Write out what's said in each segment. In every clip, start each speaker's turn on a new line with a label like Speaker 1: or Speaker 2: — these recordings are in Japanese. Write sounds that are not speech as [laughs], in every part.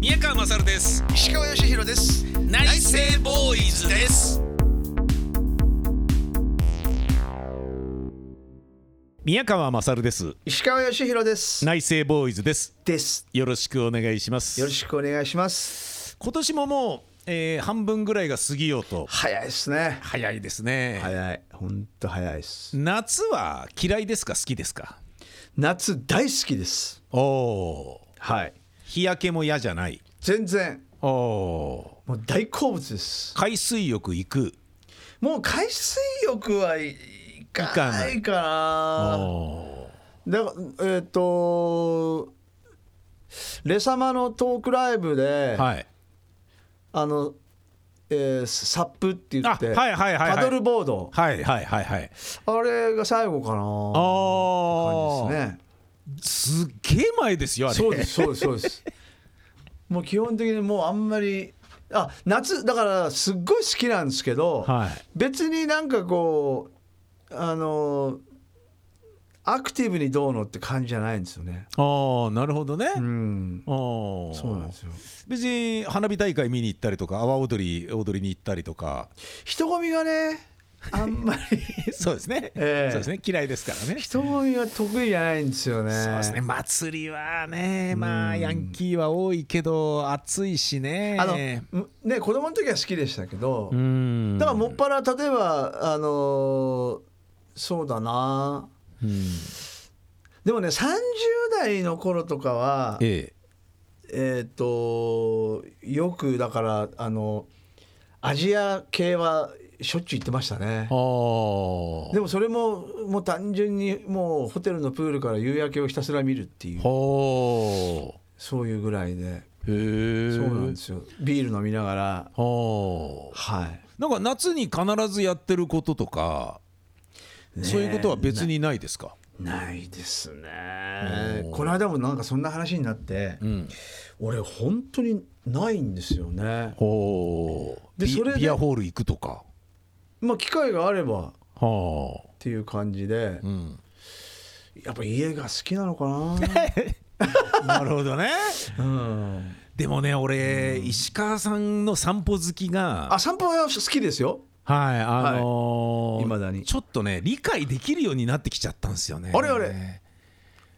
Speaker 1: 宮川勝です
Speaker 2: 石川義弘です
Speaker 1: 内政ボーイズです宮川勝です
Speaker 2: 石川義弘です
Speaker 1: 内政ボーイズです
Speaker 2: です
Speaker 1: よろしくお願いします
Speaker 2: よろしくお願いします
Speaker 1: 今年ももう、えー、半分ぐらいが過ぎようと
Speaker 2: 早いですね
Speaker 1: 早いですね、
Speaker 2: 早い本当早いです
Speaker 1: 夏は嫌いですか好きですか
Speaker 2: 夏大好きです
Speaker 1: おお
Speaker 2: はい
Speaker 1: 日焼けも嫌じゃない
Speaker 2: 全然
Speaker 1: おお
Speaker 2: もう大好物です
Speaker 1: 海水浴行く
Speaker 2: もう海水浴はいいかないか
Speaker 1: お
Speaker 2: な
Speaker 1: お
Speaker 2: だからえっ、とレ様のトークライブで、
Speaker 1: はい
Speaker 2: あの、えーサップって言って
Speaker 1: あはいはいはいはい
Speaker 2: パドルボード
Speaker 1: はいはいはいはい
Speaker 2: あれが最後かな
Speaker 1: ああ、
Speaker 2: 感じですね
Speaker 1: すっげえ前ですよあれ
Speaker 2: そうですそうですそうです [laughs] もう基本的にもうあんまりあ夏だからすっごい好きなんですけど、
Speaker 1: はい
Speaker 2: 別になんかこうあのアクティブにどうのって感じじゃないんですよね
Speaker 1: ああなるほどね、あ
Speaker 2: うん
Speaker 1: あー
Speaker 2: そうなんですよ
Speaker 1: 別に花火大会見に行ったりとか阿波踊り踊りに行ったりとか
Speaker 2: 人混みがねあんまり [laughs]
Speaker 1: そうですね、
Speaker 2: ええ
Speaker 1: そうですね嫌いですからね
Speaker 2: 人混みが得意じゃないんですよね
Speaker 1: そうですね祭りはねまあヤンキーは多いけど暑いしね
Speaker 2: あのむね子供の時は好きでしたけど、
Speaker 1: うん
Speaker 2: だからもっぱら例えばあのそうだな
Speaker 1: うん
Speaker 2: でもね30代の頃とかは
Speaker 1: ええ
Speaker 2: えっ、とよくだからあのアジア系はしょっちゅう行ってましたね
Speaker 1: ああ
Speaker 2: でもそれももう単純にもうホテルのプールから夕焼けをひたすら見るっていう
Speaker 1: ほ
Speaker 2: そういうぐらいで
Speaker 1: うへえ
Speaker 2: そうなんですよビール飲みながら
Speaker 1: ほう
Speaker 2: はい
Speaker 1: なんか夏に必ずやってることとか、そういうことは別にないですか。
Speaker 2: ないですねこの間もなんかそんな話になって
Speaker 1: うん。
Speaker 2: 俺本当にないんですよね
Speaker 1: ほう。
Speaker 2: で
Speaker 1: ビ
Speaker 2: それで
Speaker 1: ビアホール行くとか。
Speaker 2: まあ機会があれば
Speaker 1: はあ。
Speaker 2: っていう感じで
Speaker 1: うん。
Speaker 2: やっぱ家が好きなのか
Speaker 1: [laughs] なるほどね。
Speaker 2: な、うん、
Speaker 1: でもね、俺、石川さんの散歩好きが。
Speaker 2: あ散歩は好きですよ
Speaker 1: はい、あのー
Speaker 2: はい未だに
Speaker 1: ちょっとね、理解できるようになってきちゃったんですよね。
Speaker 2: あれあれ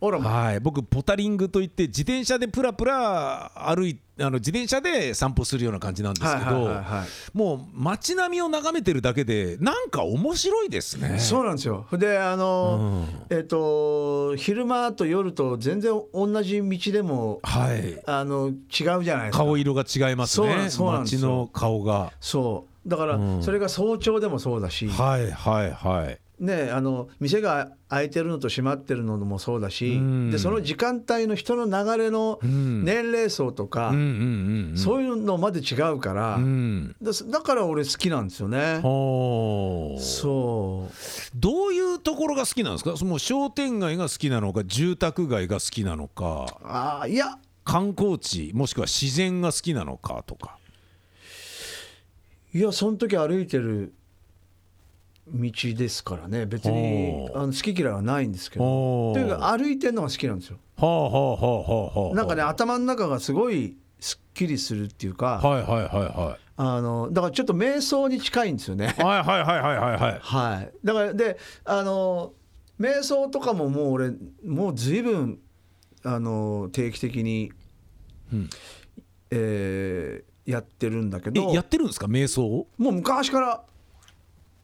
Speaker 2: あらま
Speaker 1: はい、僕ポタリングといって自転車でプラプラ歩いあの自転車で散歩するような感じなんですけ
Speaker 2: はい
Speaker 1: ど
Speaker 2: はいはいはい
Speaker 1: もう街並みを眺めてるだけでなんか面白いですね。
Speaker 2: そうなんですよであの、えっ、と昼間と夜と全然同じ道でも
Speaker 1: はい
Speaker 2: あの違うじゃないですか
Speaker 1: 顔色が違います
Speaker 2: そうな
Speaker 1: ね
Speaker 2: んそうなんです
Speaker 1: 街
Speaker 2: よ
Speaker 1: の顔が。
Speaker 2: そうだから、
Speaker 1: うん
Speaker 2: それが早朝でもそうだし、
Speaker 1: はいはいはい。
Speaker 2: ね、あの店が開いてるのと閉まってるのもそうだし、
Speaker 1: うん
Speaker 2: でその時間帯の人の流れの
Speaker 1: ん
Speaker 2: 年齢層とか、
Speaker 1: うんうんうんう
Speaker 2: そういうのまで違うから、
Speaker 1: ん。うん
Speaker 2: だすだから俺好きなんですよね。
Speaker 1: ほう
Speaker 2: そう
Speaker 1: どういうところが好きなんですかその商店街が好きなのか住宅街が好きなのか
Speaker 2: あーいや
Speaker 1: 観光地もしくは自然が好きなのかとか。
Speaker 2: いやその時歩いてる道ですからね別
Speaker 1: ほ
Speaker 2: に
Speaker 1: う
Speaker 2: あの好き嫌いはないんですけど
Speaker 1: お
Speaker 2: という
Speaker 1: は
Speaker 2: か歩いてるのが好きなんですよ。
Speaker 1: あはあはあはあはあ。
Speaker 2: なんかね頭の中がすごいすっきりするっていうか
Speaker 1: はいはいはいは
Speaker 2: あのだからちょっと瞑想に近いんですよね。
Speaker 1: い。はいはいはいはいはい [laughs] はい。
Speaker 2: はい、だからであの瞑想とかももう俺もう随分あの定期的に、
Speaker 1: うん
Speaker 2: えーやってるんだけど
Speaker 1: えやってるんですか瞑想を
Speaker 2: もう昔から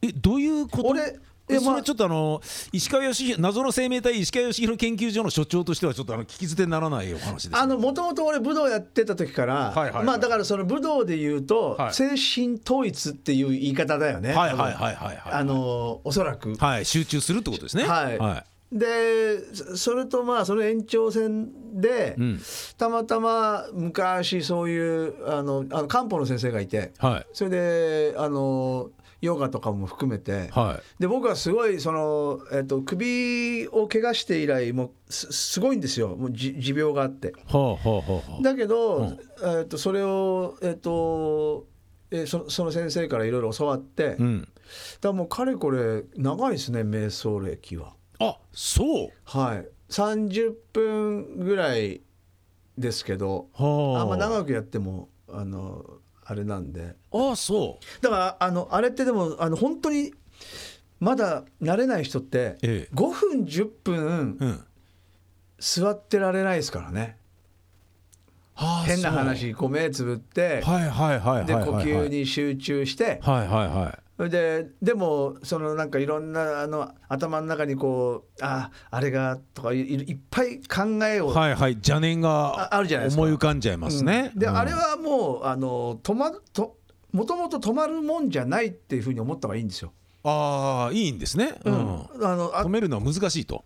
Speaker 1: えどういうこと
Speaker 2: 俺
Speaker 1: え
Speaker 2: え
Speaker 1: そ
Speaker 2: ま
Speaker 1: れ
Speaker 2: あ
Speaker 1: ちょっとあの石川義弘謎の生命体石川義弘研究所の所長としてはちょっとあの聞き捨てならないお話です、ね、
Speaker 2: あのもともと俺武道やってた時か
Speaker 1: は
Speaker 2: ら、
Speaker 1: いはいはい
Speaker 2: まあだからその武道で言うと、
Speaker 1: はい
Speaker 2: 精神統一っていう言い方だよね。
Speaker 1: はいはいはいはい
Speaker 2: あ
Speaker 1: は
Speaker 2: のおそらく
Speaker 1: い、はい、集中するってことですね
Speaker 2: はい
Speaker 1: は
Speaker 2: でそそれとまあその延長線で、
Speaker 1: いうん
Speaker 2: たまたま昔そういうあのあの漢方の先生がいて
Speaker 1: はい
Speaker 2: それであのヨガとかも含めて、
Speaker 1: は
Speaker 2: で僕はすごいその、えっと、首を怪我して以来もうすすごいんですよもうじ持病があって。
Speaker 1: いはあはあはあはあ
Speaker 2: だけど、
Speaker 1: うん
Speaker 2: えっと、それを、えっとえーそその先生からいろいろ教わっ
Speaker 1: う
Speaker 2: て、だか
Speaker 1: ん
Speaker 2: らもうかれこれ長いですね瞑想歴は。
Speaker 1: あそう
Speaker 2: はい、30分ぐらいですけど、
Speaker 1: はあ
Speaker 2: あんま長くやってもあのあれなんで
Speaker 1: ああそう
Speaker 2: だからあのあれってでもあの本当にまだ慣れない人って、
Speaker 1: ええ
Speaker 2: 5分10分
Speaker 1: うん
Speaker 2: 座ってられないですからね、
Speaker 1: はあ
Speaker 2: 変な
Speaker 1: そう
Speaker 2: 話こう目つぶって、
Speaker 1: はいはいはいはい
Speaker 2: で呼
Speaker 1: はいはい
Speaker 2: 吸に集中して、
Speaker 1: はいはいはい
Speaker 2: それででもそのなんかいろんなあの頭の中にこうああれがとかいいっぱい考えを、
Speaker 1: はいはい邪念が
Speaker 2: ああるじゃないですか
Speaker 1: 思い浮かんじゃいますね、
Speaker 2: うんで、
Speaker 1: うん
Speaker 2: あれはもうあの止まともともと止まるもんじゃないっていうふうに思った方がいいんですよ。
Speaker 1: ああいいんですね、う
Speaker 2: うんんあのあ
Speaker 1: 止めるのは難しいと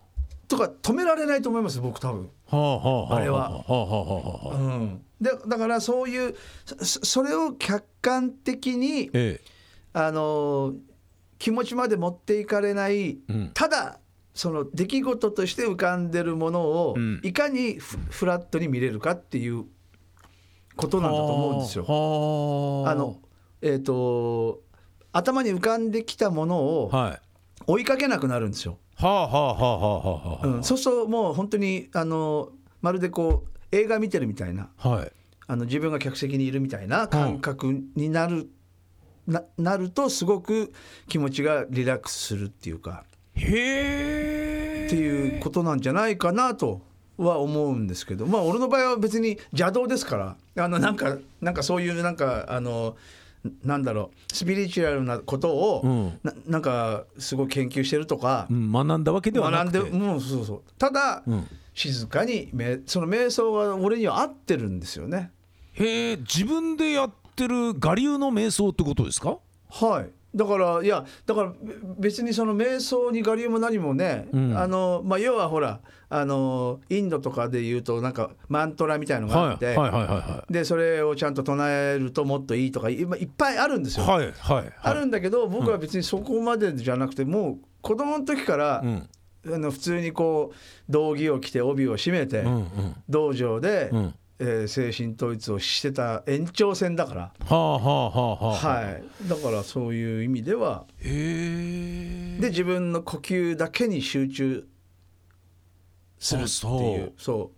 Speaker 2: とか止められないと思います僕多分。
Speaker 1: はあはあはあ
Speaker 2: あれは
Speaker 1: はあはあはあはあ
Speaker 2: うん、でだからそういうそそれを客観的に
Speaker 1: え
Speaker 2: あの気持ちまで持っていかれない、
Speaker 1: うん
Speaker 2: ただその出来事として浮かんでるものを、
Speaker 1: うん
Speaker 2: いかにフフラットに見れるかっていうこと
Speaker 1: え
Speaker 2: なんだと思うんですよ。
Speaker 1: はあ
Speaker 2: あのえー、と頭に浮かんできたものを
Speaker 1: はい
Speaker 2: 追いかけなくなるんですよ。
Speaker 1: はあはあはあはあはあ
Speaker 2: う
Speaker 1: は
Speaker 2: ん、そうするともう本当にあのまるでこう映画見てるみたいな
Speaker 1: あはい
Speaker 2: あの自分が客席にいるみたいな感覚になる、ななるとすごく気持ちがリラックスするっていうか
Speaker 1: へえ
Speaker 2: っていうことなんじゃないかなとは思うんですけどまあ俺の場合は別に邪道ですからあのなんかなんかそういうなんかあのなんだろうスピリチュアルなことを、
Speaker 1: うん
Speaker 2: ななんかすごい研究してるとか、
Speaker 1: うん、学んだわけではな
Speaker 2: 学ん
Speaker 1: くて
Speaker 2: でもうそうそうただ、
Speaker 1: うん
Speaker 2: 静かにめその瞑想が俺には合ってるんですよね。
Speaker 1: へえ自分でやってる我流の瞑想ってことですか
Speaker 2: はい。だからいやだからべ別にその瞑想に我流も何もね、
Speaker 1: うん
Speaker 2: あのまあ要はほらあのインドとかで言うとなんかマントラみたいのがあって、
Speaker 1: はいはいはいは
Speaker 2: でそれをちゃんと唱えるともっといいとかいまいっぱいあるんですよ。
Speaker 1: いはいはいはい
Speaker 2: あるんだけど僕は別にそこまでじゃなくて、もう子供の時から
Speaker 1: う、ん
Speaker 2: あの普通にこう道着を着て帯を締めて、
Speaker 1: うんうん
Speaker 2: 道場で、
Speaker 1: うん
Speaker 2: えー精神統一をしてた延長線だから、
Speaker 1: はあはあはあはあ
Speaker 2: はい、だからそういう意味では
Speaker 1: へえ
Speaker 2: で自分の呼吸だけに集中するっていう
Speaker 1: あ
Speaker 2: そ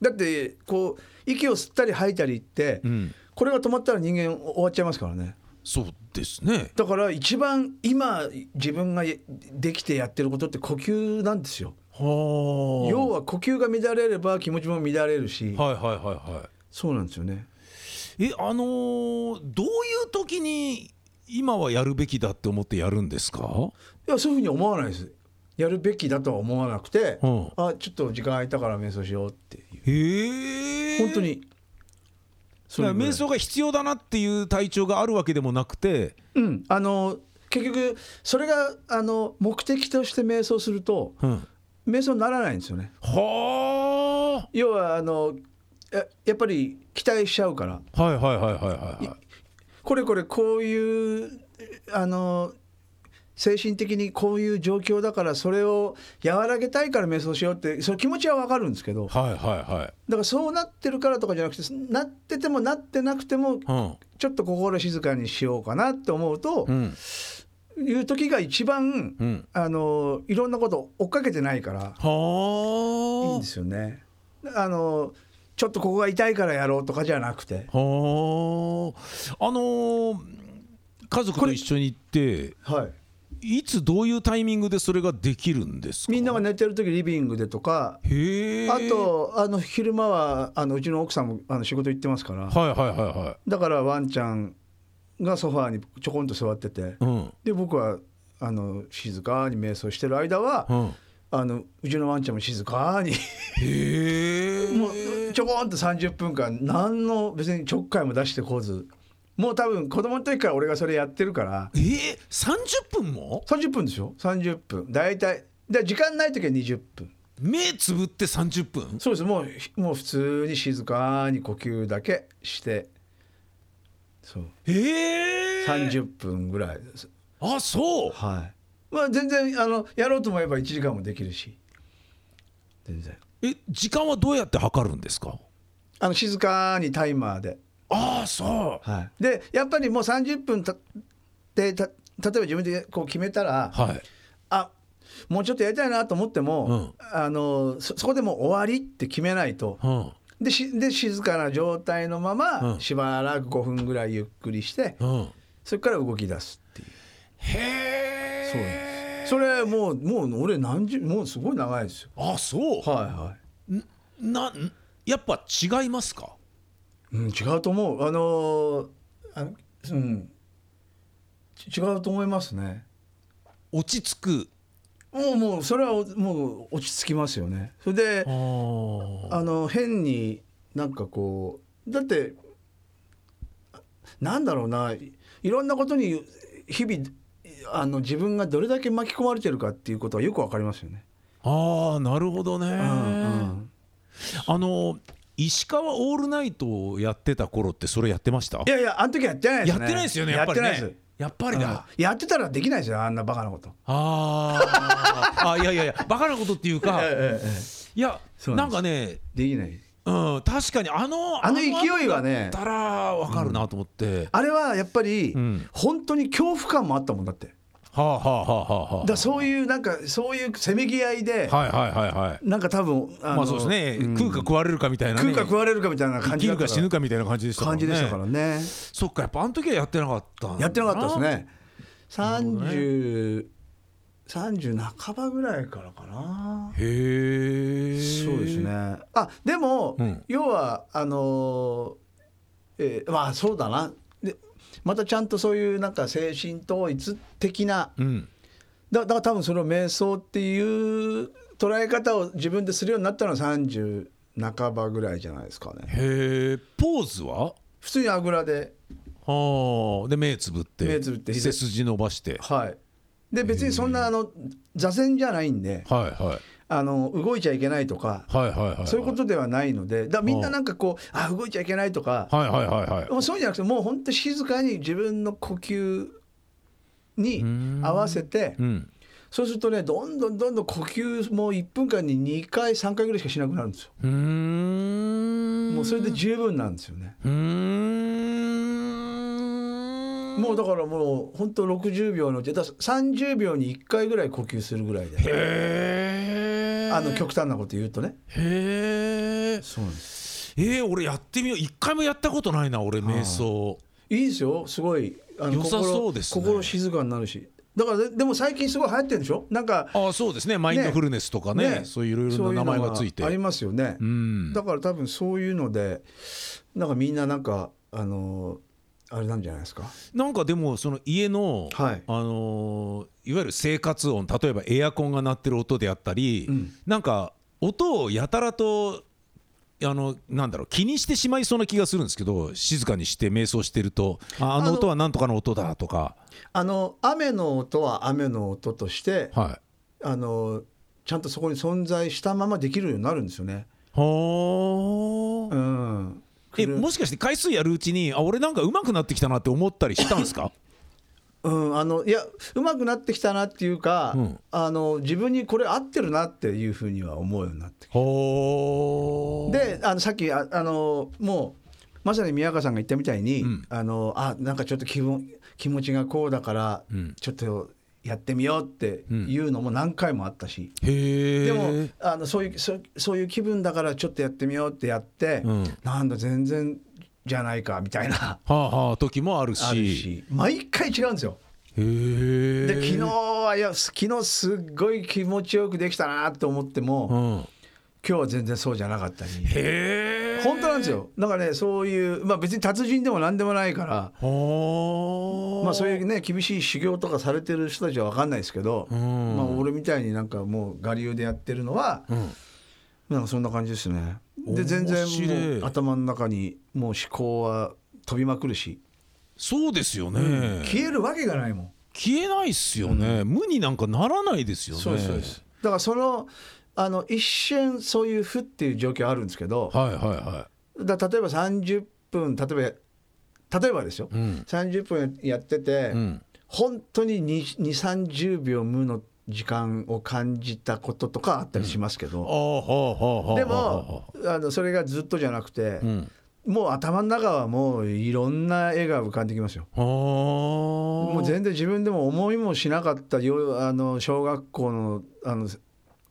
Speaker 2: うだってこう息を吸ったり吐いたりって、
Speaker 1: うん
Speaker 2: これが止まったら人間終わっちゃいますからね
Speaker 1: そうですね
Speaker 2: だから一番今自分がやできてやってることって呼吸なんですよ
Speaker 1: はあ
Speaker 2: 要は呼吸が乱れれば気持ちも乱れる
Speaker 1: は
Speaker 2: し、
Speaker 1: いはいはいはい
Speaker 2: そうなんですよね
Speaker 1: えあのーどういう時に今はやるべきだって思ってやるんですか
Speaker 2: いやそういうふうに思わないですやるべきだとは思わなくて、
Speaker 1: うん
Speaker 2: あちょっと時間空いたから瞑想しようっていう
Speaker 1: へえ
Speaker 2: 本当にそれ
Speaker 1: だ
Speaker 2: ぐ
Speaker 1: から
Speaker 2: らい
Speaker 1: 瞑想が必要だなっていう体調があるわけでもなくて
Speaker 2: うん、あの結局それがあの目的として瞑想すると
Speaker 1: うん
Speaker 2: 瞑想にならないんですよね
Speaker 1: は
Speaker 2: 要はあのややっぱり期待しちゃうから
Speaker 1: あはいはいはいはいはいはい
Speaker 2: これこれこういうあの精神的にこういう状況だからそれを和らげたいから瞑想しようってその気持ちはわかるんですけどだか
Speaker 1: はいはい
Speaker 2: らそうなってるからとかじゃなくてなっててもなってなくても
Speaker 1: はい
Speaker 2: ちょっと心静かにしようかなって思うと
Speaker 1: う、ん
Speaker 2: いう時が一番
Speaker 1: うんうん
Speaker 2: あのいろんなことを追っかけてないからいいん
Speaker 1: は
Speaker 2: ですよね。あのちょっとここが痛いからやろうとかじゃなくて、
Speaker 1: あはああのー家族と一緒に行って
Speaker 2: はい、
Speaker 1: いつどういうタイミングでそれができるんですか
Speaker 2: みんなが寝てる時リビングでとか、
Speaker 1: へえ
Speaker 2: あとあの昼間はあのうちの奥さんもあの仕事行ってますか
Speaker 1: は
Speaker 2: ら
Speaker 1: いはいはいは
Speaker 2: だからワンちゃんがソファーにちょこんと座ってて
Speaker 1: いうん
Speaker 2: で僕はあの静かに瞑想してる間は、
Speaker 1: うん
Speaker 2: あのうちのワンちゃんも静かに
Speaker 1: へえ
Speaker 2: もう [laughs] ちょこんと30分間何の別にちょっかいも出してこずもう多分子供の時から俺がそれやってるから
Speaker 1: えー、30分も
Speaker 2: 30分ですよ30分大体で時間ない時は20分
Speaker 1: 目つぶって30分
Speaker 2: そうですもうひもう普通に静かに呼吸だけしてそう
Speaker 1: へえ
Speaker 2: 30分ぐらいです、
Speaker 1: あそう
Speaker 2: はいまあ全然あのやろうと思えば1時間もできるし全然
Speaker 1: え時間はどうやって測るんですか
Speaker 2: あの静かにタイマーで
Speaker 1: ああそう
Speaker 2: はい、でやっぱりもう30分たってた例えば自分でこう決めたら
Speaker 1: はい
Speaker 2: あもうちょっとやりたいなと思っても、
Speaker 1: うん
Speaker 2: あのそそこでもう終わりって決めないと
Speaker 1: うん
Speaker 2: でしで静かな状態のま
Speaker 1: う
Speaker 2: ま
Speaker 1: ん
Speaker 2: しばらく5分ぐらいゆっくりして、
Speaker 1: うん、
Speaker 2: それから動き出すっていう
Speaker 1: へ
Speaker 2: そうなん
Speaker 1: え
Speaker 2: ですそれもうもう俺何十もうすごい長いですよ
Speaker 1: あそう、
Speaker 2: はいはい
Speaker 1: なやっぱ違いますか
Speaker 2: うん、違うと思う。あのーあのうん、ち違うと思いますね。
Speaker 1: 落ち着く
Speaker 2: もうもうそれはおもう落ち着きますよね。それで
Speaker 1: あー
Speaker 2: あの変になんかこうだってあなんだろうないいろんなことに日々あの自分がどれだけ巻き込まれてるかっていうことはよくわかりますよね。
Speaker 1: あーなるほどね、
Speaker 2: うん
Speaker 1: あの石川オールナイトをやってた頃ってそれやってました
Speaker 2: いやいやあの時やってないです
Speaker 1: やっ
Speaker 2: ね。
Speaker 1: てないですよねやっぱり
Speaker 2: やってない
Speaker 1: ね
Speaker 2: です。
Speaker 1: やっぱりだ、
Speaker 2: うんやってたらできないですよあんなバカなこと。
Speaker 1: あー [laughs] あいやいやいやバカなことっていうか
Speaker 2: [laughs] ええええ
Speaker 1: いや
Speaker 2: そう
Speaker 1: な
Speaker 2: なん
Speaker 1: ん
Speaker 2: で
Speaker 1: か
Speaker 2: す
Speaker 1: ね
Speaker 2: できない。
Speaker 1: うん確かにあの
Speaker 2: あの勢いはね
Speaker 1: だったらわかるなと思って、
Speaker 2: あれはやっぱり
Speaker 1: うん
Speaker 2: 本当に恐怖感もあったもんだって
Speaker 1: はあはあはあはあは
Speaker 2: だからそういうなんかそういうせめぎ合いで
Speaker 1: あはいはいはいはい
Speaker 2: なんか多分あの
Speaker 1: まあそうですね、
Speaker 2: ん
Speaker 1: 食うか食われるかみたいな、
Speaker 2: 食
Speaker 1: ね、
Speaker 2: うか食われるかみたいな
Speaker 1: 生
Speaker 2: 感
Speaker 1: き
Speaker 2: じだ
Speaker 1: る
Speaker 2: った
Speaker 1: か
Speaker 2: から
Speaker 1: 死ぬかみたいな感じでしたから
Speaker 2: 感
Speaker 1: ね
Speaker 2: じでしたからね
Speaker 1: そっかやっぱあの時はやってなかったんだ
Speaker 2: やってなかったですね
Speaker 1: な
Speaker 2: 3030半ばぐらいからかな
Speaker 1: へえ
Speaker 2: そうですねあでも
Speaker 1: うん
Speaker 2: 要はあのえーまあそうだなでまたちゃんとそういうなんか精神統一的な
Speaker 1: うん
Speaker 2: だだから多分その瞑想っていう捉え方を自分でするようになったのは30半ばぐらいじゃないですかね
Speaker 1: へえポーズは
Speaker 2: 普通にあぐらで
Speaker 1: はあで目つぶって
Speaker 2: 目つぶって
Speaker 1: 背筋伸ばして
Speaker 2: はいで別にそんなあの座禅じゃないんで
Speaker 1: はいはい
Speaker 2: あの動いちゃいけないとか
Speaker 1: はいはいはいはい
Speaker 2: そういうことではないのでだからみんななんかこうあ動いちゃいけないとか
Speaker 1: はいはいはいはい
Speaker 2: もうそうじゃなくてもう本当静かに自分の呼吸に
Speaker 1: ん
Speaker 2: 合わせて
Speaker 1: うん
Speaker 2: そうするとねどんどんどんどん呼吸も1分間に2回3回ぐらいしかしなくなるんですよ
Speaker 1: うーん
Speaker 2: もうそれで十分なんですよね。
Speaker 1: うーん
Speaker 2: もうだからもう本当60秒のうちだから30秒に1回ぐらい呼吸するぐらいで
Speaker 1: へえ
Speaker 2: あの極端なこと言うとね
Speaker 1: へえ
Speaker 2: そうなんです
Speaker 1: えー、俺やってみよう一回もやったことないな俺瞑想
Speaker 2: いいですよすごいあ
Speaker 1: 良さそうですね
Speaker 2: 心心静かになるしだからででも最近すごい流行ってるんでしょなんか
Speaker 1: ああそうですねマインドフルネスとかねそういういろい
Speaker 2: そ
Speaker 1: ろ
Speaker 2: う
Speaker 1: な
Speaker 2: う
Speaker 1: 名
Speaker 2: の
Speaker 1: 前がついて
Speaker 2: ありますよね、
Speaker 1: うん
Speaker 2: だから多分そういうのでなんかみんななんかあのあれなんじゃないですか
Speaker 1: なんかでもその家の、
Speaker 2: はい
Speaker 1: あのーいわゆる生活音例えばエアコンが鳴ってる音であったり、
Speaker 2: うん
Speaker 1: なんか音をやたらとあのなんだろう気にしてしまいそうな気がするんですけど静かにして瞑想してるとああ
Speaker 2: あ
Speaker 1: の
Speaker 2: の
Speaker 1: 音はなんとかの音だとか
Speaker 2: あの雨の音は雨の音として
Speaker 1: はい
Speaker 2: あのちゃんとそこに存在したままできるようになるんですよね。
Speaker 1: は
Speaker 2: う
Speaker 1: あ
Speaker 2: ん、
Speaker 1: えもしかして回数やるうちにあ俺なんか上手くなってきたなって思ったりしたんです
Speaker 2: [laughs]
Speaker 1: か
Speaker 2: うん、あのいやうまくなってきたなっていうか、
Speaker 1: うん
Speaker 2: あの自分にこれ合ってるなっていうふうには思うようになってき
Speaker 1: ほー
Speaker 2: てであのさっきああのもうまさに宮川さんが言ったみたいに、
Speaker 1: うん
Speaker 2: あのあなんかちょっと気分気持ちがこうだから、
Speaker 1: うん
Speaker 2: ちょっとやってみようっていうのも何回もあったし、
Speaker 1: へえ
Speaker 2: でもあのそういうそうそういう気分だからちょっとやってみようってやって、
Speaker 1: うん
Speaker 2: なんだ全然じゃないかみたいな
Speaker 1: はあはあ時も [laughs] あるし
Speaker 2: あるし毎回違うんですよ。
Speaker 1: へえ
Speaker 2: で昨日はいやす昨日すっごい気持ちよくできたなと思っても、
Speaker 1: うん
Speaker 2: 今日は全然そうじゃなかったり
Speaker 1: へえ
Speaker 2: 本当なんですよだからねそういう、まあ、別に達人でも何でもないから、
Speaker 1: はあ
Speaker 2: まあ、そういうね厳しい修行とかされてる人たちは分かんないですけど、
Speaker 1: ん
Speaker 2: まあ、俺みたいになんかもう我流でやってるのは、
Speaker 1: うん
Speaker 2: なんかそんな感じですね。
Speaker 1: 面白
Speaker 2: で
Speaker 1: い
Speaker 2: 全然もう頭の中にもう思考は飛びまくるし、
Speaker 1: そうですよね、消え
Speaker 2: 消えるわけがないもん。
Speaker 1: 消えないっすよね、無になんかならないですよね
Speaker 2: だからそのあの一瞬そういう負っていう状況あるんですけど、
Speaker 1: はいはいは
Speaker 2: だ例えば30分例えば例えばですよ、
Speaker 1: いうん、
Speaker 2: 30分やってて、
Speaker 1: うん、
Speaker 2: 本当に2 3 0秒無の時間を感じたこととかあったりしますけ
Speaker 1: ああ
Speaker 2: ど、
Speaker 1: はあはあはあ
Speaker 2: でもあのそれがずっとじゃなくて、
Speaker 1: うん
Speaker 2: もう頭の中はもういろんな絵が浮かんできますよ。
Speaker 1: あも
Speaker 2: もう全然自分でも思いもしなかったよあの小学校のあの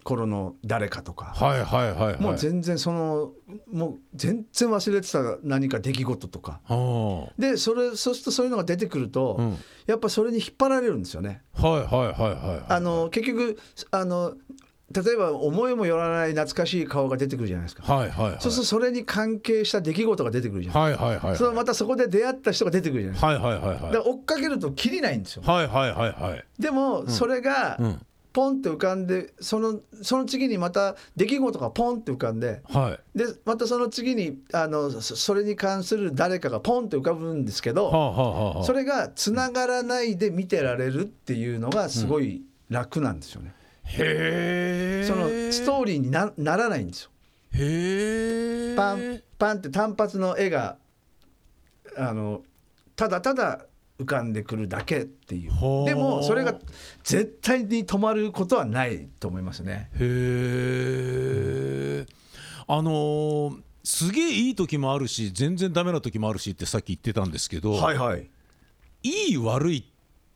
Speaker 2: 頃の誰かとか、
Speaker 1: はいはいはいはい
Speaker 2: もう全然そのもう全然忘れてた何か出来事とか
Speaker 1: は
Speaker 2: でそれそうするとそういうのが出てくると、
Speaker 1: うん
Speaker 2: やっぱそれに引っ張られるんですよね。
Speaker 1: あはいはいはいはいはい
Speaker 2: あの結局あの例えば思いもよらない懐かしい顔が出てくるじゃないですか、
Speaker 1: はいはいはい
Speaker 2: そうするとそれに関係した出来事が出てくるじゃない
Speaker 1: はいはいはいはい
Speaker 2: そのまたそこで出会った人が出てくるじゃないです
Speaker 1: はいはいはい
Speaker 2: か
Speaker 1: は
Speaker 2: だ
Speaker 1: い
Speaker 2: から追っかけるときりないんですよ
Speaker 1: はいはいはいはい
Speaker 2: でもそれが
Speaker 1: うん
Speaker 2: ポンって浮かんでそのその次にまた出来事がポンって浮かんで
Speaker 1: はい
Speaker 2: でまたその次にあのそそれに関する誰かがポンって浮かぶんですけ
Speaker 1: は
Speaker 2: ど
Speaker 1: あはあはあはあ
Speaker 2: それがつながらないで見てられるっていうのがすごい楽なんですよね。
Speaker 1: へえ
Speaker 2: そのストーリーになならないんですよ。
Speaker 1: へえ
Speaker 2: パンパンって単発の絵があのただただ浮かんでくるだけっていう
Speaker 1: ほう
Speaker 2: でもそれが絶対に止まることはないと思いますね。
Speaker 1: へえあのーすげえいい時もあるし全然ダメな時もあるしってさっき言ってたんですけど、
Speaker 2: いはい、
Speaker 1: いい悪いっ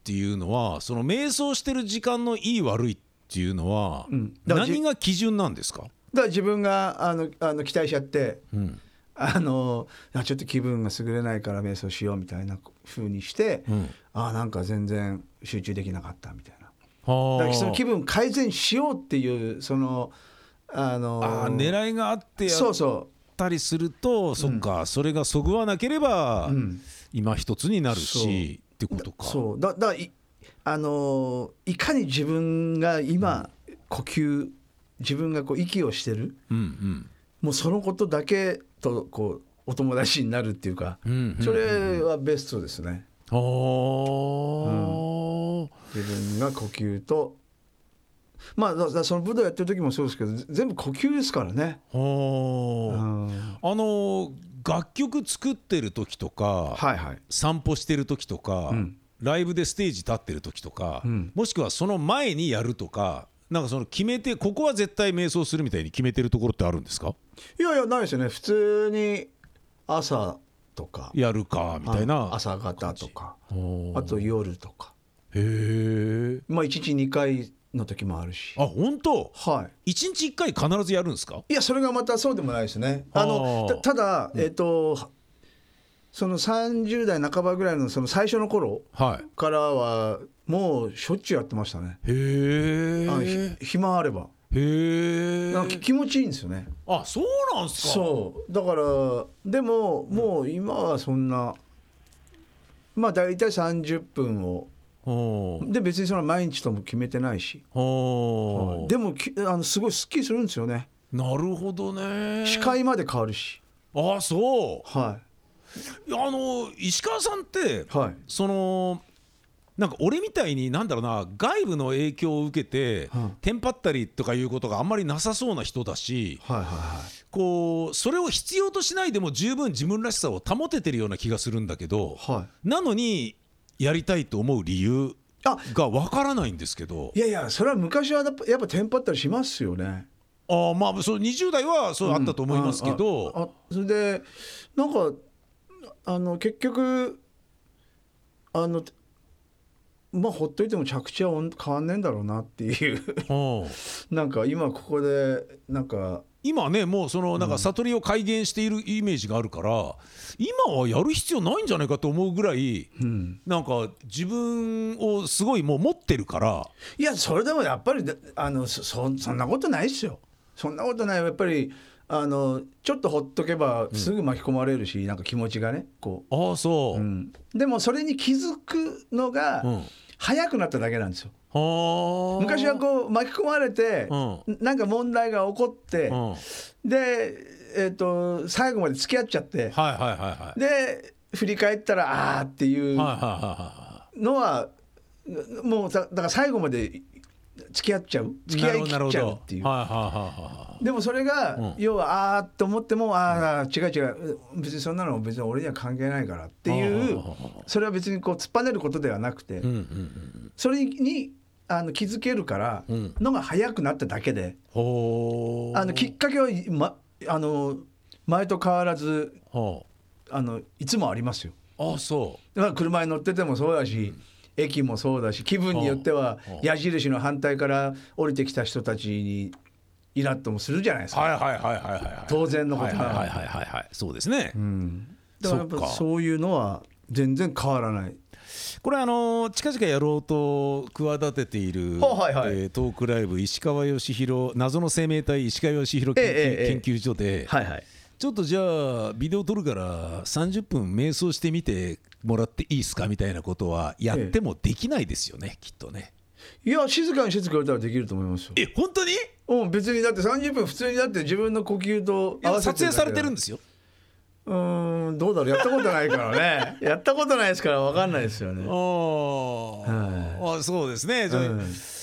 Speaker 1: ていうのはその瞑想してる時間のいい悪いっていうのは、
Speaker 2: んだからじ
Speaker 1: 何が基準なんですか、
Speaker 2: だから自分があのあの期待しちゃって
Speaker 1: うん
Speaker 2: あのあちょっと気分が優れないから瞑想しようみたいな風にして、
Speaker 1: うん
Speaker 2: あなんか全然集中できなかったみたいな。
Speaker 1: は
Speaker 2: だからその気分改善しようっていうそのあの
Speaker 1: あー狙いがあってやっ
Speaker 2: そうそ
Speaker 1: たりするとそっか、それがそぐわなければ、
Speaker 2: う、うん、
Speaker 1: 今一つになるしってことか。
Speaker 2: そうだだからいあのーいかに自分が今呼吸自分がこう息をしてる
Speaker 1: うん
Speaker 2: もうそのことだけとこうお友達になるっていうか
Speaker 1: うんうんうん
Speaker 2: それはベストですね
Speaker 1: あー
Speaker 2: 自分が呼吸とまあだだその武道やってる時もそうですけどぜ全部呼吸ですからね。
Speaker 1: あー
Speaker 2: うん
Speaker 1: あのー楽曲作ってる時とか、
Speaker 2: はいはい
Speaker 1: 散歩してる時とか、
Speaker 2: うん
Speaker 1: ライブでステージ立ってる時とか、
Speaker 2: うん
Speaker 1: もしくはその前にやるとかなんかその決めてここは絶対瞑想するみたいに決めてるところってあるんですか
Speaker 2: いやいやないですよね普通に朝とか
Speaker 1: やるかみたいな
Speaker 2: あ朝方とか
Speaker 1: おー
Speaker 2: あと夜とか
Speaker 1: へえ
Speaker 2: まあ1日2回の時もあるし
Speaker 1: あ本当
Speaker 2: は
Speaker 1: 一日一回必ずやるんですか
Speaker 2: いいやそれがまたそうでもないですね
Speaker 1: あー
Speaker 2: あのたただえっ、とその30代半ばぐらいのその最初の頃
Speaker 1: は
Speaker 2: からはもうしょっちゅうやってましたね
Speaker 1: いへ
Speaker 2: あのひ
Speaker 1: え
Speaker 2: 暇あれば
Speaker 1: へえ
Speaker 2: なんか気持ちいいんですよね
Speaker 1: あそうなんですか
Speaker 2: そうだからでももう今はそんなまあ大体30分を
Speaker 1: おー
Speaker 2: で別にその毎日とも決めてないし
Speaker 1: おー
Speaker 2: でもきあのすごいすっきりするんですよね
Speaker 1: なるほどね
Speaker 2: 視界まで変わるし
Speaker 1: あそう
Speaker 2: はい
Speaker 1: やあの石川さんって、
Speaker 2: いはい
Speaker 1: そのなんか俺みたいになんだろうな外部の影響を受けて、
Speaker 2: はい
Speaker 1: テンパったりとかいうことがあんまりなさそうな人だし
Speaker 2: はいは
Speaker 1: こうそれを必要としないでも十分自分らしさを保ててるような気がするんだけど
Speaker 2: いはい
Speaker 1: なのにやりたいと思う理由
Speaker 2: あ
Speaker 1: がわからないんですけど
Speaker 2: いやいやそれは昔はやっぱやっぱテンパったりしますよね
Speaker 1: あーまあそう20代はそうあったと思いますけど、
Speaker 2: ああそれでなんかあの結局あのまあほっといても着地はおん変わんねえんだろうなっていう [laughs]
Speaker 1: うん
Speaker 2: なんか今ここでなんか
Speaker 1: 今はねもうそのなんか悟りを改元しているイメージがあるから、今はやる必要ないんじゃないかと思うぐらい、なんか自分をすごいもう持ってるから
Speaker 2: いやそれでもやっぱりであのそそそんなことないっすよそんなことないやっぱりあのちょっとほっとけばすぐ巻き込まれるし、なんか気持ちがねこ、
Speaker 1: ああそうう、
Speaker 2: うんでもそれに気づくのが
Speaker 1: うん
Speaker 2: 早くなっただけなんですよ
Speaker 1: はあ
Speaker 2: 昔はこう巻き込まれて、
Speaker 1: う
Speaker 2: なんか問題が起こって
Speaker 1: う、ん、はい
Speaker 2: で、えー、と最後まで付き合っちゃって、
Speaker 1: はいはいはい
Speaker 2: で振り返ったらああーっていう
Speaker 1: はいはいは
Speaker 2: のは、もうだだから最後まで付き合っちゃう
Speaker 1: いはい
Speaker 2: 付き合い
Speaker 1: な
Speaker 2: 切
Speaker 1: る
Speaker 2: っ
Speaker 1: ほ
Speaker 2: ちゃ
Speaker 1: ど
Speaker 2: うっていう。
Speaker 1: はいはいはいはい
Speaker 2: でもそれが、
Speaker 1: うん
Speaker 2: 要はああーって思ってもああ違う違う別にそんなの別に俺には関係ないからってい
Speaker 1: あ
Speaker 2: う
Speaker 1: ー
Speaker 2: それは別にこう突っぱねることではなくて、
Speaker 1: うんうん
Speaker 2: それにあの気づけるから
Speaker 1: うん
Speaker 2: のが早くなっただけで、
Speaker 1: ほー
Speaker 2: あのきっかけは、ま、あの前と変わらず
Speaker 1: は
Speaker 2: あのいつもありますよ。
Speaker 1: あああそう
Speaker 2: まあ車に乗っててもそうだし、駅もそうだし気分によっては矢印の反対から降りてきた人たちにイラッともするじゃないですか、
Speaker 1: はいはいはいはいはい
Speaker 2: 当然のことな
Speaker 1: は
Speaker 2: の
Speaker 1: い
Speaker 2: に
Speaker 1: はいはいはいはいそうですね、
Speaker 2: だからやっ
Speaker 1: そっか
Speaker 2: ぱそういうのは全然変わらない
Speaker 1: これあの近々やろうと企てている、
Speaker 2: ほうはいはい
Speaker 1: えートークライブ石川義弘謎の生命体石川義弘
Speaker 2: え
Speaker 1: 研究,、
Speaker 2: えええええ
Speaker 1: 研究所で、
Speaker 2: はいはい
Speaker 1: ちょっとじゃあビデオ撮るから30分瞑想してみてもらっていいですかみたいなことはやってもできないですよね、きっとね
Speaker 2: いや静かにしてくれたらできると思いますよ
Speaker 1: え本当にい
Speaker 2: うん別にだって30分普通にだって自分の呼吸と合
Speaker 1: や
Speaker 2: わせ
Speaker 1: 撮
Speaker 2: て
Speaker 1: 影されてるん
Speaker 2: す
Speaker 1: ですよ
Speaker 2: うーんどうだろうやったことないからね [laughs] やったことないですから分かんないですよね
Speaker 1: ああ、あそうですね、じゃあ
Speaker 2: うん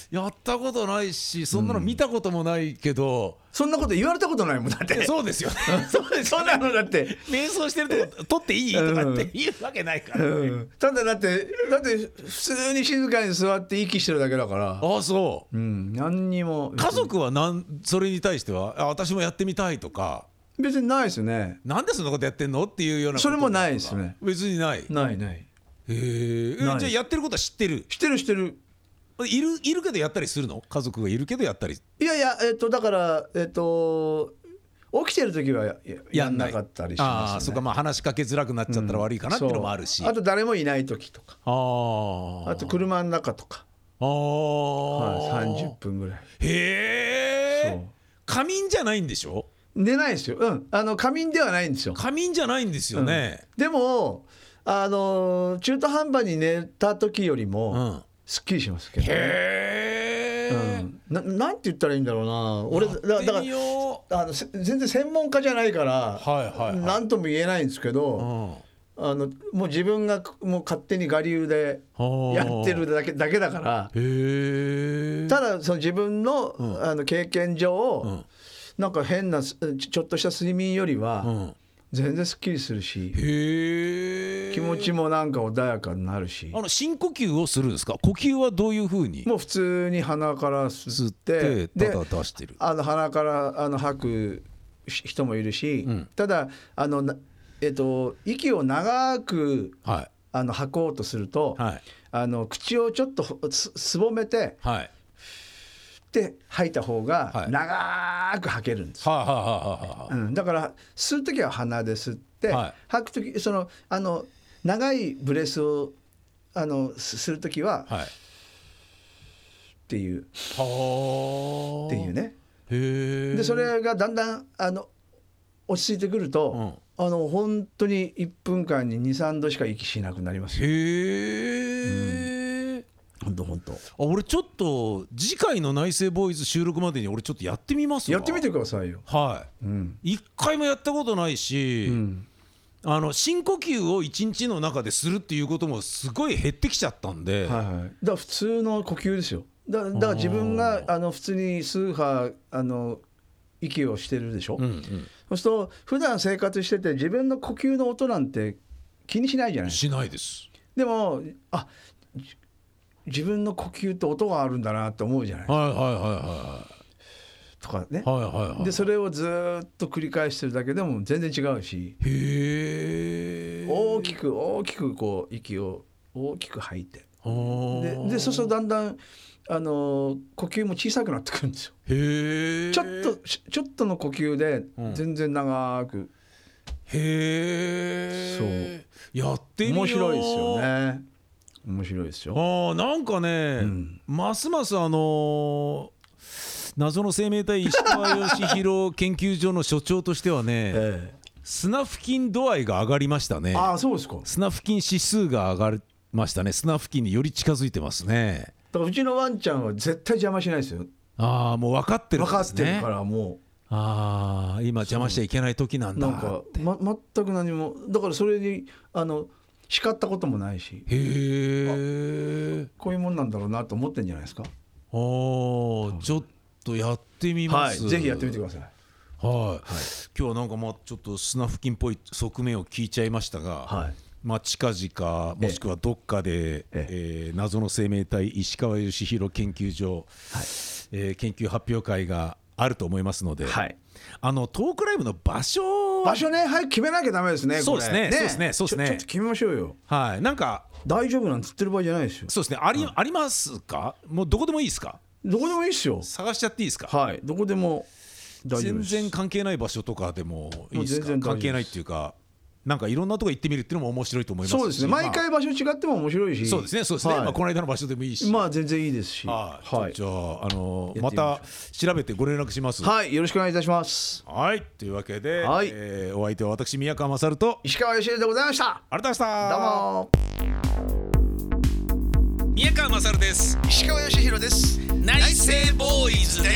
Speaker 1: やったことないしそんなの見たこともないけど、
Speaker 2: そんなこと言われたことないもんだっ [laughs]
Speaker 1: いや
Speaker 2: て
Speaker 1: そうですよね
Speaker 2: そうそんなのだって
Speaker 1: 瞑想してるとこ撮っていいとかって言うわけないから、
Speaker 2: うんただだってだって普通に静かに座って息してるだけだから
Speaker 1: ああそう
Speaker 2: うん何にも
Speaker 1: 家族はなんそれに対してはあ私もやってみたいとか
Speaker 2: 別にないですね
Speaker 1: なんでそんなことやってんのっていうようなこと
Speaker 2: それもないですね
Speaker 1: 別にないへ
Speaker 2: ないない
Speaker 1: ええ
Speaker 2: ない
Speaker 1: じゃあやってることは知ってる
Speaker 2: してるしてる
Speaker 1: いるいるけどやったりするの家族がいるけどやったり
Speaker 2: いやいやえっとだからえっと起きてる時はややん
Speaker 1: な
Speaker 2: ないかったりし
Speaker 1: あ
Speaker 2: ま
Speaker 1: あ
Speaker 2: す
Speaker 1: そう
Speaker 2: ね
Speaker 1: かまあ話しかけづらくなっちゃったら悪いかなっていうのもあるし、
Speaker 2: そうあと誰もいない時とか
Speaker 1: あー
Speaker 2: あと車の中とか
Speaker 1: ああ、
Speaker 2: はい30分ぐらい
Speaker 1: へ
Speaker 2: そ
Speaker 1: え
Speaker 2: う
Speaker 1: 仮眠じゃないんでしょ
Speaker 2: 寝ないですようんあの仮眠ではないんですよ
Speaker 1: 仮眠じゃないんですよね
Speaker 2: でもあの中途半端に寝た時より
Speaker 1: うん、
Speaker 2: もすっきりしますけど、
Speaker 1: へ
Speaker 2: う
Speaker 1: え、
Speaker 2: ん、ななんて言ったらいいんだろうな俺だだ
Speaker 1: や
Speaker 2: か
Speaker 1: ってみよ
Speaker 2: らあのせ全然専門家じゃないから、
Speaker 1: うはいはいはい
Speaker 2: なんとも言えないんですけ
Speaker 1: う
Speaker 2: ど、
Speaker 1: ん
Speaker 2: あのもう自分がもう勝手に我流で
Speaker 1: はあ
Speaker 2: やってるだけだけだから
Speaker 1: へえ
Speaker 2: ただその自分の,、
Speaker 1: ん
Speaker 2: あの経験上、
Speaker 1: ん
Speaker 2: なんか変なすちょちょっとした睡眠より
Speaker 1: う
Speaker 2: は
Speaker 1: ん
Speaker 2: 全然すっきりするし、
Speaker 1: へえ
Speaker 2: 気持ちもなんか穏やかになるし、
Speaker 1: あの深呼吸をするんですか呼吸はどういうふうに
Speaker 2: もう普通に鼻から吸
Speaker 1: 吸
Speaker 2: っ
Speaker 1: って
Speaker 2: て
Speaker 1: ただ
Speaker 2: で
Speaker 1: 出してる
Speaker 2: あの鼻からあの吐くし人もいるし、ただあの、なえっと、息を長く
Speaker 1: は
Speaker 2: あの吐こうとすると、
Speaker 1: いはい
Speaker 2: あの口をちょっとほすすぼめて
Speaker 1: はい
Speaker 2: で吐いた方
Speaker 1: は
Speaker 2: が
Speaker 1: い
Speaker 2: 長く吐けるんです、
Speaker 1: はあ、はあはあはあは
Speaker 2: うん、だから吸う時は鼻で吸って、
Speaker 1: はい
Speaker 2: 吐く時そのあの長いブレスをあのすする時は
Speaker 1: あはい
Speaker 2: っていう
Speaker 1: はあ
Speaker 2: っていうね
Speaker 1: へえ
Speaker 2: でそれがだんだんあの落ち着いてくると、あの本当に1分間に23度しか息しなくなります
Speaker 1: へ
Speaker 2: よ
Speaker 1: え、
Speaker 2: 本当本当
Speaker 1: あ俺ちょっと次回の内政ボーイズ収録までに俺ちょっとやってみますわ
Speaker 2: やってみてくださいよ、
Speaker 1: は
Speaker 2: うん
Speaker 1: い一回もやったことないし、
Speaker 2: うん、
Speaker 1: あの深呼吸を一日の中でするっていうこともすごい減ってきちゃったんで、
Speaker 2: はいはい、だから普通の呼吸ですよだだから自分があの普通に数波あの息をしてるでしょ、
Speaker 1: うんうん
Speaker 2: そうすると普段生活してて自分の呼吸の音なんて気にしないじゃない
Speaker 1: しないです
Speaker 2: でもあじ自分の呼吸って音があるんだなって思うじゃない
Speaker 1: はいはいはい
Speaker 2: とかね
Speaker 1: はいはいはいはい
Speaker 2: でそれをずーっと繰り返してるだけでも全然違うし
Speaker 1: へえ
Speaker 2: 大きく大きくこう息を大きく吐いてで
Speaker 1: で
Speaker 2: でそうするとだんだんあのー呼吸も小さくなってくるんですよ
Speaker 1: へえ
Speaker 2: ちょっとしちょっとの呼吸で全然長く、
Speaker 1: へえそうやってみよう
Speaker 2: 面白いですよね面白いですよ
Speaker 1: あーなんかね、
Speaker 2: うん
Speaker 1: ますますあのー謎の生命体石川義弘研究所の所長としてはね
Speaker 2: [laughs] え
Speaker 1: 砂付近度合いが上がりましたね
Speaker 2: えああそうですかだ
Speaker 1: 砂付近指数が上がりましたね砂付近により近づいてますね
Speaker 2: からうちのワンちゃんは絶対邪魔しないですよ
Speaker 1: ああもう分かってるん
Speaker 2: 分
Speaker 1: で
Speaker 2: かっ
Speaker 1: す
Speaker 2: てる
Speaker 1: ね
Speaker 2: からも
Speaker 1: ああ今邪魔しちゃいけない時なん
Speaker 2: う
Speaker 1: だ
Speaker 2: なんか、ま、全く何もだからそれにあの叱ったこともないし
Speaker 1: へえ
Speaker 2: こういうもんなんだろうなと思ってんじゃないですか
Speaker 1: あーちょっとやってみます、
Speaker 2: ぜひやってみてください
Speaker 1: はい、今日はなんかまあちょっと砂付近っぽい側面を聞いちゃいましたが、
Speaker 2: はい
Speaker 1: まあ、近々もしくはどっかで、え
Speaker 2: え
Speaker 1: ー謎の生命体石川義弘研究所、えー研究発表会があると思いますので、
Speaker 2: はい
Speaker 1: あのトークライブの場所は
Speaker 2: 場所ね早く決めなきゃダメですね
Speaker 1: そうですねそうですねそうですね
Speaker 2: ちょちょっと決めましょうよ
Speaker 1: はいなんか
Speaker 2: 大丈夫なんて言ってる場合じゃないですよ
Speaker 1: そうですねあり,、ありますかもうどこでもいいですか
Speaker 2: どこでもいいっすよ
Speaker 1: 探しちゃっていいですか
Speaker 2: はいどこでも大丈夫
Speaker 1: 全
Speaker 2: です
Speaker 1: 然関係ない場所とかでもいいですか
Speaker 2: もう全然大丈夫です
Speaker 1: 関係ないっていうかなんかいろんなとこ行ってみるっていうのも面白いと思いますし
Speaker 2: そうですね
Speaker 1: まあ
Speaker 2: 毎回場所違っても面白いし
Speaker 1: そうですねそうですね、
Speaker 2: はい
Speaker 1: まあ、この間の場所でもいいし、
Speaker 2: まあ全然いいですし
Speaker 1: はい
Speaker 2: はい
Speaker 1: じゃあ、あの
Speaker 2: やってみ
Speaker 1: ま
Speaker 2: ましょう
Speaker 1: た調べてご連絡します。
Speaker 2: はいよろしくお願いいたします
Speaker 1: はいというわけで、
Speaker 2: はい
Speaker 1: えーお相手は私宮川勝と
Speaker 2: 石川義恵でございました
Speaker 1: ありがとうございまし
Speaker 2: どう
Speaker 1: た。
Speaker 2: も
Speaker 1: 宮川勝です。
Speaker 2: 石川義弘です
Speaker 1: 内政ボーイズです。